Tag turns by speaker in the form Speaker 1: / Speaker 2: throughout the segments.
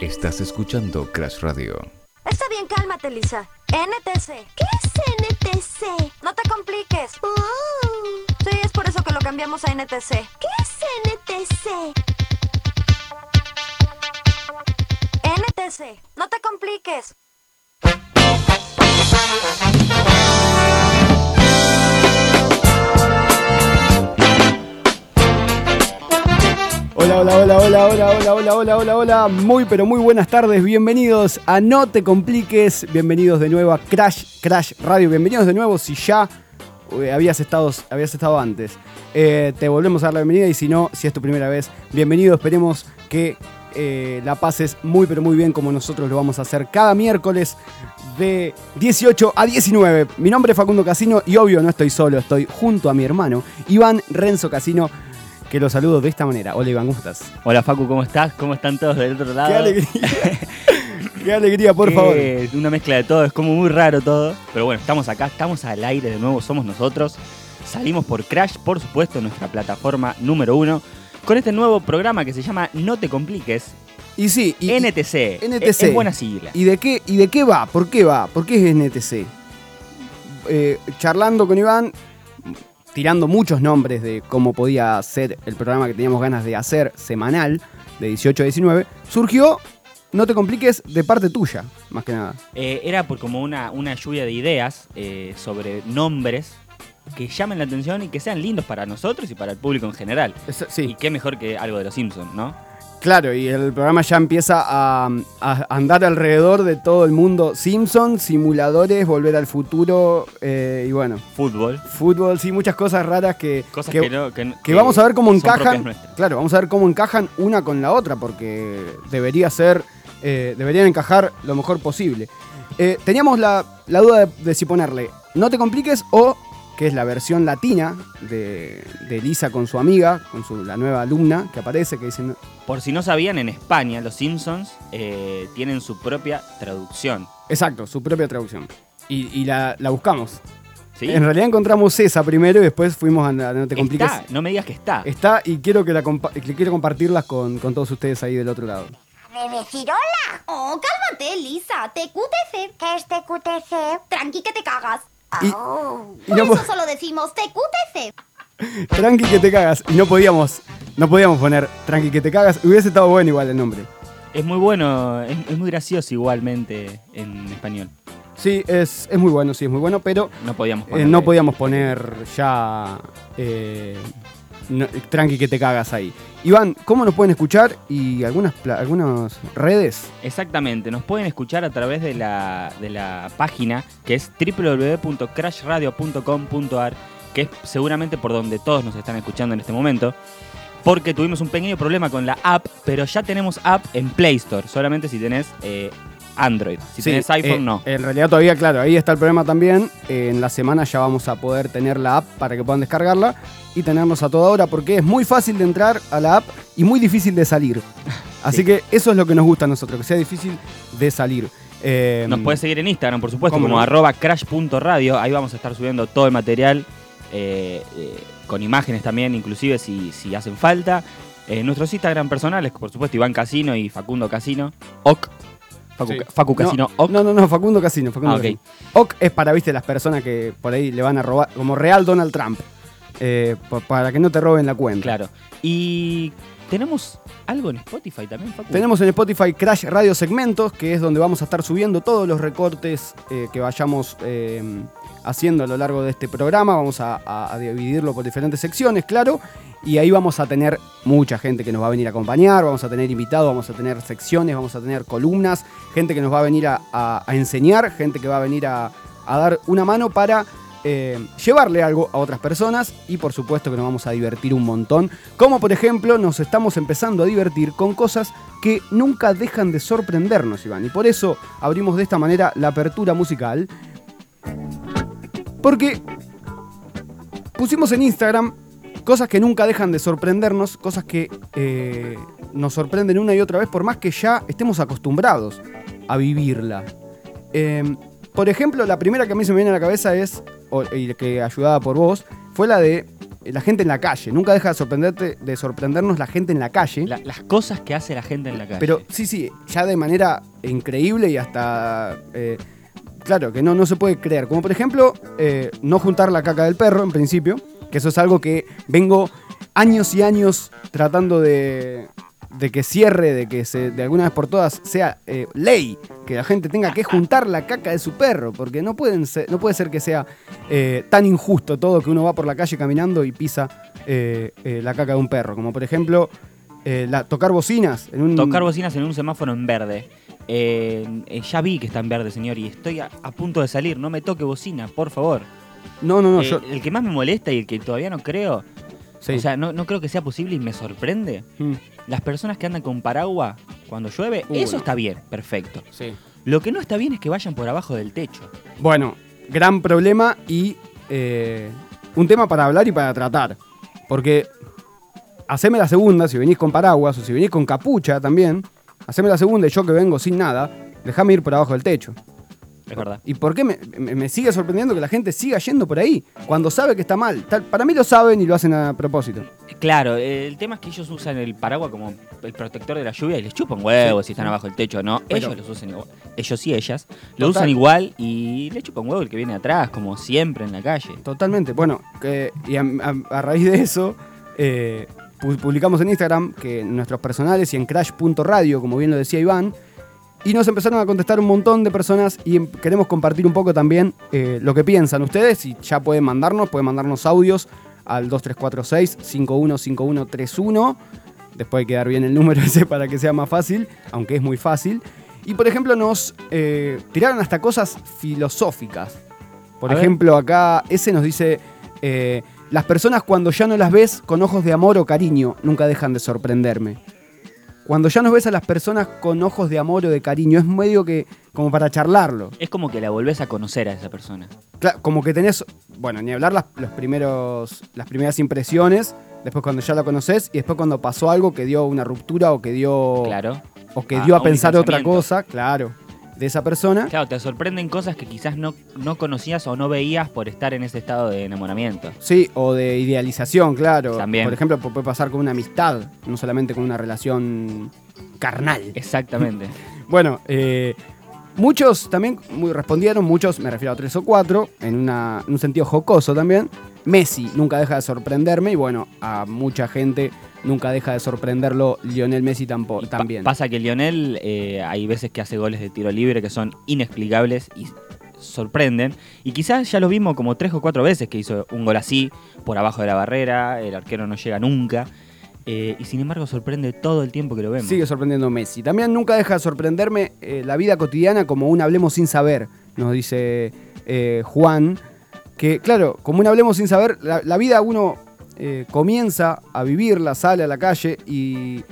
Speaker 1: Estás escuchando Crash Radio.
Speaker 2: Está bien, cálmate, Lisa. NTC.
Speaker 3: ¿Qué es NTC?
Speaker 2: No te compliques.
Speaker 3: Oh,
Speaker 2: Sí, es por eso que lo cambiamos a NTC.
Speaker 3: ¿Qué es NTC?
Speaker 2: NTC. No te compliques.
Speaker 4: Hola, hola, hola, hola, hola, hola, hola, hola, hola, hola. Muy, pero muy buenas tardes. Bienvenidos a No Te Compliques. Bienvenidos de nuevo a Crash, Crash Radio. Bienvenidos de nuevo si ya eh, habías estado, habías estado antes. Eh, te volvemos a dar la bienvenida y si no, si es tu primera vez, bienvenido. Esperemos que eh, la pases muy, pero muy bien como nosotros lo vamos a hacer cada miércoles de 18 a 19. Mi nombre es Facundo Casino y obvio no estoy solo, estoy junto a mi hermano Iván Renzo Casino. Que lo saludo de esta manera. Hola Iván, ¿cómo estás?
Speaker 5: Hola Facu, ¿cómo estás? ¿Cómo están todos del otro lado? Eh,
Speaker 4: ¡Qué alegría! ¡Qué alegría, por favor!
Speaker 5: Es una mezcla de todo, es como muy raro todo. Pero bueno, estamos acá, estamos al aire de nuevo, somos nosotros. Salimos por Crash, por supuesto, nuestra plataforma número uno, con este nuevo programa que se llama No Te Compliques,
Speaker 4: Y sí, y,
Speaker 5: NTC.
Speaker 4: NTC.
Speaker 5: Es, es buena sigla.
Speaker 4: y de qué, ¿y de qué va? ¿Por qué va? ¿Por qué es NTC? Eh, charlando con Iván, tirando muchos nombres de cómo podía ser el programa que teníamos ganas de hacer semanal, de 18 a 19, surgió, no te compliques, de parte tuya, más que nada.
Speaker 5: Eh, era por como una, una lluvia de ideas eh, sobre nombres que llamen la atención y que sean lindos para nosotros y para el público en general.
Speaker 4: Eso-
Speaker 5: Y qué mejor que algo de los Simpsons, ¿no?
Speaker 4: Claro, y el programa ya empieza a, a andar alrededor de todo el mundo. Simpson, simuladores, volver al futuro eh, y bueno,
Speaker 5: Fútbol.
Speaker 4: fútbol, sí, muchas cosas raras que,
Speaker 5: Cosas
Speaker 4: que-
Speaker 5: que, no- que no-
Speaker 4: que vamos a ver cómo
Speaker 5: son propias
Speaker 4: encajan.
Speaker 5: nuestras.
Speaker 4: Claro, vamos a ver cómo encajan una con la otra, porque debería ser, eh, deberían encajar lo mejor posible. Eh, teníamos la, la duda de, de si ponerle No te compliques o que es la versión latina de, de Lisa con su amiga, con su, la nueva alumna que aparece, que dicen
Speaker 5: Por si no sabían, en España los Simpsons eh, tienen su propia traducción.
Speaker 4: Exacto, su propia traducción. Y, y la, la buscamos.
Speaker 5: ¿sí?
Speaker 4: En realidad encontramos esa primero y después fuimos a la- No te compliques.
Speaker 5: Está, no me digas que está.
Speaker 4: Está y quiero, que la compa- que quiero compartirlas con, con todos ustedes ahí del otro lado.
Speaker 3: ¡Rebechirola! Oh, cálmate, Lisa. TQTC.
Speaker 2: ¿Qué es TQTC?
Speaker 3: Tranqui que te cagas.
Speaker 4: Y-
Speaker 3: Oh.
Speaker 4: y
Speaker 3: Por
Speaker 4: no
Speaker 3: eso
Speaker 4: po-
Speaker 3: solo decimos TQTC.
Speaker 4: Tranqui que te cagas. Y no podíamos, no podíamos poner Tranqui que te cagas. Hubiese estado bueno igual el nombre.
Speaker 5: Es muy bueno, es, es muy gracioso igualmente en español.
Speaker 4: Sí, es, es muy bueno, sí, es muy bueno, pero
Speaker 5: No podíamos
Speaker 4: eh, no podíamos poner ya eh, no- Tranqui que te cagas ahí. Iván, ¿cómo nos pueden escuchar? Y algunas, pla- algunas redes.
Speaker 5: Exactamente, nos pueden escuchar a través de la, de la página que es www.crashradio.com.ar, que es seguramente por donde todos nos están escuchando en este momento, porque tuvimos un pequeño problema con la app, pero ya tenemos app en Play Store, solamente si tenés eh, Android. Si
Speaker 4: Sí,
Speaker 5: tenés iPhone,
Speaker 4: eh,
Speaker 5: no.
Speaker 4: En realidad todavía, claro, ahí está el problema también. Eh, en la semana ya vamos a poder tener la app para que puedan descargarla y tenernos a toda hora porque es muy fácil de entrar a la app y muy difícil de salir. Así
Speaker 5: Sí.
Speaker 4: que eso es lo que nos gusta a nosotros, que sea difícil de salir. Eh,
Speaker 5: Nos puedes seguir en Instagram, por supuesto,
Speaker 4: ¿Cómo
Speaker 5: como
Speaker 4: no?
Speaker 5: arroba crash.radio. Ahí vamos a estar subiendo todo el material, eh, eh, con imágenes también, inclusive si, si hacen falta. Eh, nuestros Instagram personales, por supuesto, Iván Casino y Facundo Casino. Oc. Facu,
Speaker 4: Sí.
Speaker 5: Facu
Speaker 4: No,
Speaker 5: Casino Oc.
Speaker 4: No, no, no, Facundo Casino. Facundo
Speaker 5: Ah, ok.
Speaker 4: Casino. Oc es para, viste, las personas que por ahí le van a robar, como Real Donald Trump, eh, pa- para que no te roben la cuenta.
Speaker 5: Claro. Y tenemos algo en Spotify también, Facu.
Speaker 4: Tenemos en Spotify Crash Radio Segmentos, que es donde vamos a estar subiendo todos los recortes eh, que vayamos eh, haciendo a lo largo de este programa. Vamos a, a- a dividirlo por diferentes secciones, claro. Y ahí vamos a tener mucha gente que nos va a venir a acompañar, vamos a tener invitados, vamos a tener secciones, vamos a tener columnas, gente que nos va a venir a, a- a enseñar, gente que va a venir a, a dar una mano para eh, llevarle algo a otras personas y por supuesto que nos vamos a divertir un montón. Como por ejemplo nos estamos empezando a divertir con cosas que nunca dejan de sorprendernos, Iván. Y por eso abrimos de esta manera la apertura musical. Porque pusimos en Instagram cosas que nunca dejan de sorprendernos, cosas que eh, nos sorprenden una y otra vez por más que ya estemos acostumbrados a vivirla. Eh, por ejemplo, la primera que a mí se me viene a la cabeza es, o- y que ayudaba por vos, fue la de eh, la gente en la calle. Nunca deja de, sorprenderte, de sorprendernos la gente en la calle.
Speaker 5: La- las cosas que hace la gente en la calle.
Speaker 4: Pero sí, sí, ya de manera increíble y hasta. eh, claro, que no, no se puede creer. Como por ejemplo, eh, no juntar la caca del perro, en principio, que eso es algo que vengo años y años tratando de, de que cierre, de que se, de alguna vez por todas sea eh, ley, que la gente tenga que juntar la caca de su perro, porque no, pueden ser- no puede ser que sea eh, tan injusto todo que uno va por la calle caminando y pisa eh, eh, la caca de un perro. Como por ejemplo. eh, la- tocar bocinas en un
Speaker 5: Tocar bocinas en un semáforo en verde. Eh, eh, ya vi que está en verde, señor, y estoy a, a punto de salir. No me toque bocina, por favor.
Speaker 4: No, no, no,
Speaker 5: Eh,
Speaker 4: yo.
Speaker 5: El que más me molesta y el que todavía no creo,
Speaker 4: Sí.
Speaker 5: o sea, no, no creo que sea posible y me sorprende.
Speaker 4: Mm,
Speaker 5: Las personas que andan con paraguas cuando llueve,
Speaker 4: Uy.
Speaker 5: eso está bien, perfecto. Lo que no está bien es que vayan por abajo del techo.
Speaker 4: Bueno, gran problema y eh, un tema para hablar y para tratar. Porque haceme la segunda si venís con paraguas o si venís con capucha también. Haceme la segunda y yo que vengo sin nada, déjame ir por abajo del techo.
Speaker 5: Es verdad.
Speaker 4: ¿Y por qué me, me- me sigue sorprendiendo que la gente siga yendo por ahí cuando sabe que está mal? Tal- para mí lo saben y lo hacen a propósito.
Speaker 5: Claro, eh, el tema es que ellos usan el paraguas como el protector de la lluvia y les chupan huevos si están abajo del techo o no.
Speaker 4: Pero-
Speaker 5: ellos los usan igual. Ellos y ellas lo
Speaker 4: Total.
Speaker 5: usan igual y le chupan huevo el que viene atrás, como siempre en la calle.
Speaker 4: Totalmente. Bueno, que- y a, a- a raíz de eso, eh, pu- publicamos en Instagram que en nuestros personales y en crash.radio, como bien lo decía Iván, y nos empezaron a contestar un montón de personas y em- queremos compartir un poco también eh, lo que piensan ustedes y ya pueden mandarnos, pueden mandarnos audios al 2346-515131. Después hay que dar bien el número ese para que sea más fácil, aunque es muy fácil. Y por ejemplo nos eh, tiraron hasta cosas filosóficas. Por
Speaker 5: A ver.
Speaker 4: ejemplo, acá ese nos dice, eh, las personas cuando ya no las ves con ojos de amor o cariño, nunca dejan de sorprenderme. Cuando ya nos ves a las personas con ojos de amor o de cariño, es medio que como para charlarlo.
Speaker 5: Es como que la volvés a conocer a esa persona.
Speaker 4: Cla- como que tenés, bueno, ni hablar las, los primeros, las primeras impresiones, después cuando ya la conoces y después cuando pasó algo que dio una ruptura o que dio
Speaker 5: Claro.
Speaker 4: o que
Speaker 5: Ah,
Speaker 4: dio a
Speaker 5: un
Speaker 4: pensar otra
Speaker 5: distanciamiento.
Speaker 4: cosa, claro, de esa persona.
Speaker 5: Claro, te sorprenden cosas que quizás no, no conocías o no veías por estar en ese estado de enamoramiento.
Speaker 4: Sí, o de idealización, claro.
Speaker 5: También.
Speaker 4: Por ejemplo, pu- puede pasar con una amistad, no solamente con una relación carnal.
Speaker 5: Eh. Exactamente.
Speaker 4: Bueno, eh, muchos también muy- respondieron, muchos, me refiero a tres o cuatro, en, una- en un sentido jocoso también. Messi nunca deja de sorprenderme y bueno, a mucha gente nunca deja de sorprenderlo Lionel Messi tampoco,
Speaker 5: Y pa-
Speaker 4: también.
Speaker 5: pasa que Lionel eh, hay veces que hace goles de tiro libre que son inexplicables y sorprenden. Y quizás ya lo vimos como tres o cuatro veces que hizo un gol así, por abajo de la barrera, el arquero no llega nunca. eh, y sin embargo sorprende todo el tiempo que lo vemos.
Speaker 4: Sigue sorprendiendo Messi. También nunca deja de sorprenderme eh, la vida cotidiana como un hablemos sin saber, nos dice eh, Juan. Que claro, como un hablemos sin saber, la, la vida uno eh, comienza a vivirla, sale a la calle y,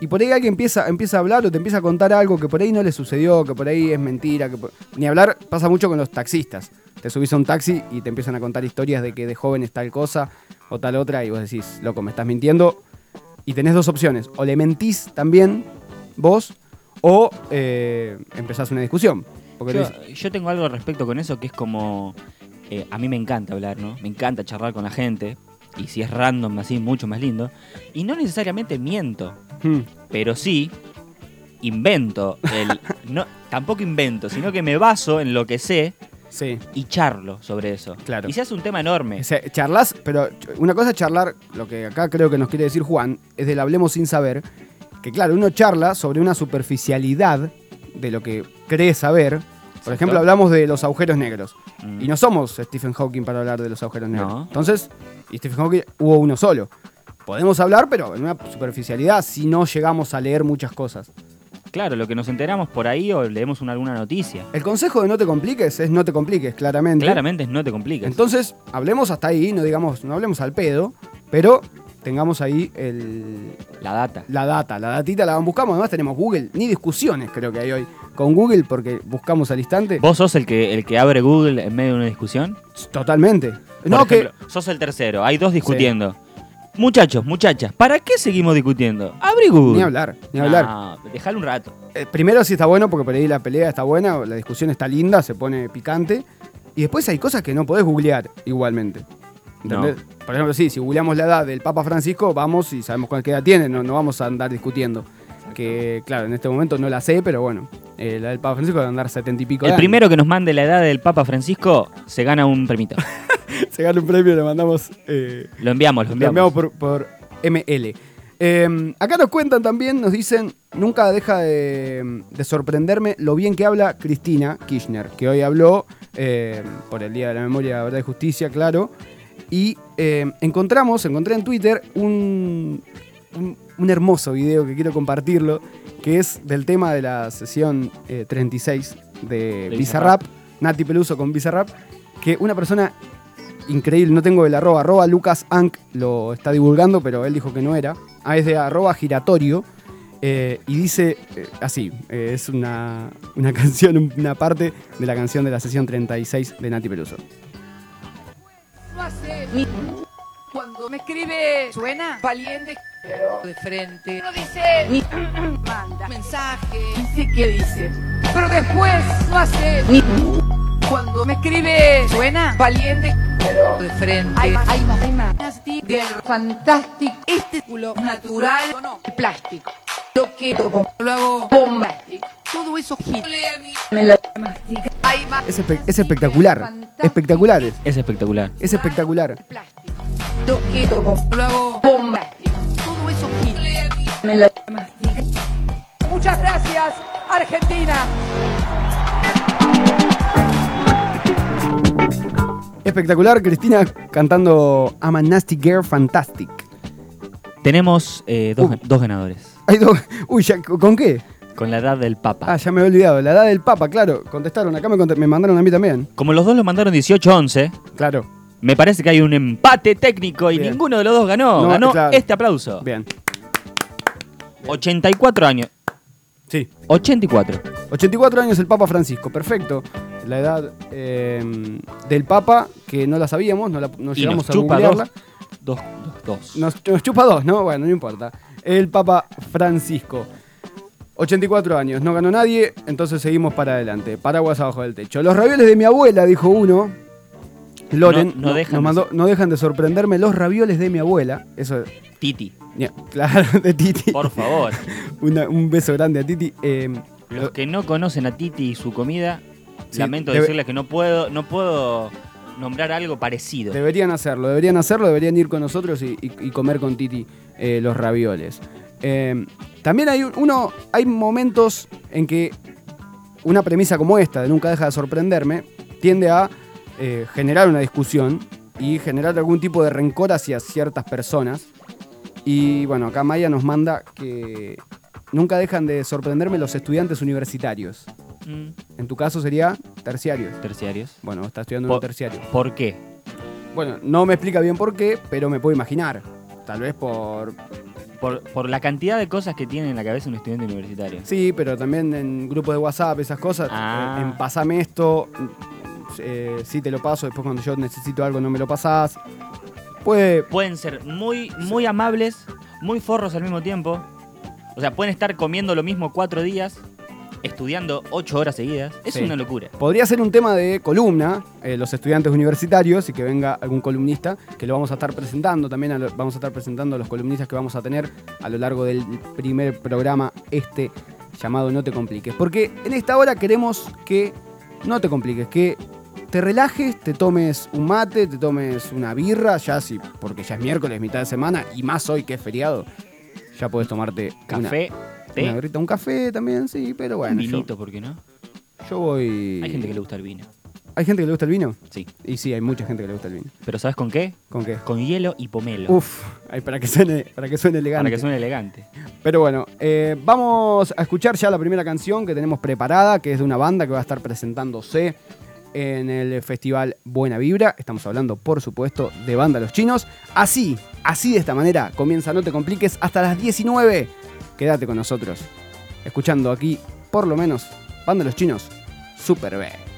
Speaker 4: y por ahí alguien empieza, empieza a hablar o te empieza a contar algo que por ahí no le sucedió, que por ahí es mentira. Que por- Ni hablar pasa mucho con los taxistas. Te subís a un taxi y te empiezan a contar historias de que de joven es tal cosa o tal otra y vos decís, loco, me estás mintiendo y tenés dos opciones. O le mentís también, vos, o eh, empezás una discusión. Porque le
Speaker 5: yo,
Speaker 4: dices-
Speaker 5: yo tengo algo al respecto con eso que es como... eh, a mí me encanta hablar, ¿no? Me encanta charlar con la gente. Y si es random así, mucho más lindo. Y no necesariamente miento.
Speaker 4: Hmm.
Speaker 5: pero sí invento el no tampoco invento sino que me baso en lo que sé
Speaker 4: sí.
Speaker 5: y charlo sobre eso
Speaker 4: Claro.
Speaker 5: y se hace un tema enorme
Speaker 4: O sea, charlas, pero ch- una cosa es charlar, lo que acá creo que nos quiere decir Juan, es del hablemos sin saber, que claro, uno charla sobre una superficialidad de lo que cree saber. Por ejemplo, hablamos de los agujeros negros.
Speaker 5: Mm.
Speaker 4: Y no somos Stephen Hawking para hablar de los agujeros negros.
Speaker 5: No.
Speaker 4: Entonces, y Stephen Hawking hubo uno solo. Podemos hablar, pero en una superficialidad, si no llegamos a leer muchas cosas.
Speaker 5: claro lo que nos enteramos por ahí o leemos una, alguna noticia
Speaker 4: El consejo de no te compliques es no te compliques, claramente.
Speaker 5: claramente no te compliques
Speaker 4: Entonces, hablemos hasta ahí, no digamos, no hablemos al pedo, pero tengamos ahí el-
Speaker 5: la data
Speaker 4: la data, la datita la buscamos, además tenemos Google, ni discusiones creo que hay hoy con Google porque buscamos al instante.
Speaker 5: vos sos el que el que abre Google en medio de una discusión
Speaker 4: Totalmente.
Speaker 5: Por
Speaker 4: no,
Speaker 5: ejemplo, sos el tercero hay dos discutiendo muchachos muchachas para qué seguimos discutiendo abre
Speaker 4: que
Speaker 5: Google
Speaker 4: ni hablar, ni
Speaker 5: No,
Speaker 4: hablar.
Speaker 5: dejalo un rato
Speaker 4: Eh, primero sí está bueno porque por ahí la pelea está buena, la discusión está linda, se pone picante. Y después hay cosas que no podés googlear igualmente. ¿entendés? Por ejemplo, sí, si googleamos la edad del Papa Francisco, vamos y sabemos cuál qué edad tiene, no, no vamos a andar discutiendo. Que, claro, en este momento no la sé, pero bueno, eh, la del Papa Francisco va a andar setenta y pico. de
Speaker 5: El
Speaker 4: años.
Speaker 5: primero que nos mande la edad del Papa Francisco se gana un premito.
Speaker 4: Se gana un premio, le mandamos. eh,
Speaker 5: Lo enviamos, lo
Speaker 4: Lo enviamos
Speaker 5: enviamos.
Speaker 4: por, por ML. Eh, acá nos cuentan también, nos dicen, nunca deja de, de sorprenderme lo bien que habla Cristina Kirchner, que hoy habló eh, por el Día de la Memoria, Verdad y Justicia, claro. Y eh, encontramos, encontré en Twitter un, un, un hermoso video que quiero compartirlo, que es del tema de la sesión eh, 36 de
Speaker 5: De
Speaker 4: Bizarrap, Nati Peluso con Bizarrap, que una persona increíble, no tengo el arroba, arroba Lucas Ank lo está divulgando, pero él dijo que no era. Ah, es de arroba giratorio. eh, y dice eh, así, eh, es una, una canción, una parte de la canción de la sesión 36 de Nati Peluso.
Speaker 6: lo hace. Cuando me escribe, suena valiente, de frente. No dice, manda mensaje, dice que dice. Pero después lo hace. Cuando me escribe, suena valiente, de frente. Hay más, hay más, hay más. Del fantástico, este culo natural, o no, plástico. Lo que toco, lo hago bombástico. Todo eso gira. Me la mastica. Hay más.
Speaker 4: Es, espe- es espectacular, espectacular es,
Speaker 5: Es espectacular.
Speaker 4: es espectacular.
Speaker 6: plástico. Toquito, lo hago bombástico. Todo eso gira. Me la Muchas gracias, Argentina.
Speaker 4: Espectacular Cristina cantando I'm a Nasty Girl Fantastic.
Speaker 5: Tenemos eh, dos,
Speaker 4: Uh.
Speaker 5: dos ganadores.
Speaker 4: Hay dos- uy, ya- ¿con qué?
Speaker 5: Con la edad del Papa.
Speaker 4: Ah, ya me había olvidado, la edad del Papa, claro, contestaron, acá me, cont- me mandaron a mí también.
Speaker 5: Como los dos lo mandaron 18-11,
Speaker 4: Claro,
Speaker 5: me parece que hay un empate técnico y
Speaker 4: Bien.
Speaker 5: ninguno de los dos ganó.
Speaker 4: No,
Speaker 5: ganó
Speaker 4: claro.
Speaker 5: este aplauso.
Speaker 4: bien,
Speaker 5: 84 años.
Speaker 4: sí.
Speaker 5: 84.
Speaker 4: 84 años el Papa Francisco, perfecto. La edad eh, del Papa, que no la sabíamos, no, la, no
Speaker 5: y nos
Speaker 4: llegamos a
Speaker 5: chupa
Speaker 4: googlearla.
Speaker 5: dos, dos, dos, dos.
Speaker 4: Nos, nos chupa dos, ¿no? Bueno, no importa. El Papa Francisco. 84 años, no ganó nadie, entonces seguimos para adelante. Paraguas abajo del techo. Los ravioles de mi abuela, dijo uno. Loren,
Speaker 5: No- no
Speaker 4: no-
Speaker 5: dejan
Speaker 4: nos
Speaker 5: de
Speaker 4: mandó, no dejan de sorprenderme los ravioles de mi abuela. Eso,
Speaker 5: Titi,
Speaker 4: ya, claro, de Titi.
Speaker 5: por favor.
Speaker 4: Una- un beso grande a Titi. Eh,
Speaker 5: los que no conocen a Titi y su comida,
Speaker 4: Sí,
Speaker 5: lamento
Speaker 4: debe-
Speaker 5: decirles que no puedo, no puedo nombrar algo parecido.
Speaker 4: Deberían hacerlo, deberían hacerlo, deberían ir con nosotros y, y- y comer con Titi eh, los ravioles. Eh, también hay un- uno, hay momentos en que una premisa como esta, de nunca deja de sorprenderme, tiende a eh, generar una discusión y generar algún tipo de rencor hacia ciertas personas. Y bueno, acá Maya nos manda que nunca dejan de sorprenderme los estudiantes universitarios.
Speaker 5: Mm,
Speaker 4: En tu caso sería terciarios.
Speaker 5: terciarios.
Speaker 4: Bueno, estás estudiando en
Speaker 5: Po-
Speaker 4: un terciario.
Speaker 5: ¿Por qué?
Speaker 4: Bueno, no me explica bien por qué, pero me puedo imaginar. Tal vez por.
Speaker 5: Por, por la cantidad de cosas que tiene en la cabeza un estudiante universitario.
Speaker 4: Sí, pero también en grupos de WhatsApp, esas cosas.
Speaker 5: Ah.
Speaker 4: En pasame esto. eh, sí, te lo paso. Después, cuando yo necesito algo, no me lo pasás. Puede.
Speaker 5: Pueden ser muy, muy amables, muy forros al mismo tiempo. O sea, pueden estar comiendo lo mismo cuatro días, estudiando ocho horas seguidas. Es
Speaker 4: Sí.
Speaker 5: una locura.
Speaker 4: Podría ser un tema de columna, eh, los estudiantes universitarios, y que venga algún columnista, que lo vamos a estar presentando también, a lo- vamos a estar presentando a los columnistas que vamos a tener a lo largo del primer programa este llamado No te compliques. Porque en esta hora queremos que no te compliques, que te relajes, te tomes un mate, te tomes una birra, ya sí, porque ya es miércoles, mitad de semana, y más hoy que es feriado, ya puedes tomarte una-
Speaker 5: Café, té,
Speaker 4: Una, birrita, un café también, sí, pero
Speaker 5: un
Speaker 4: bueno. Yo,
Speaker 5: vinito, ¿por qué no?
Speaker 4: yo voy...
Speaker 5: Hay gente que le gusta el vino.
Speaker 4: ¿Hay gente que le gusta el vino?
Speaker 5: Sí.
Speaker 4: Y sí, hay mucha gente que le gusta el vino.
Speaker 5: Pero ¿sabes con qué?
Speaker 4: ¿Con qué?
Speaker 5: Con hielo y pomelo.
Speaker 4: Uf, ay, para que suene, para que suene elegante.
Speaker 5: para que suene elegante.
Speaker 4: Pero bueno, eh, vamos a escuchar ya la primera canción que tenemos preparada, que es de una banda que va a estar presentándose en el festival Buena Vibra. Estamos hablando, por supuesto, de Banda Los Chinos. Así, así de esta manera, comienza No Te Compliques hasta las 19. Quédate con nosotros, escuchando aquí, por lo menos, Banda Los Chinos, Super B.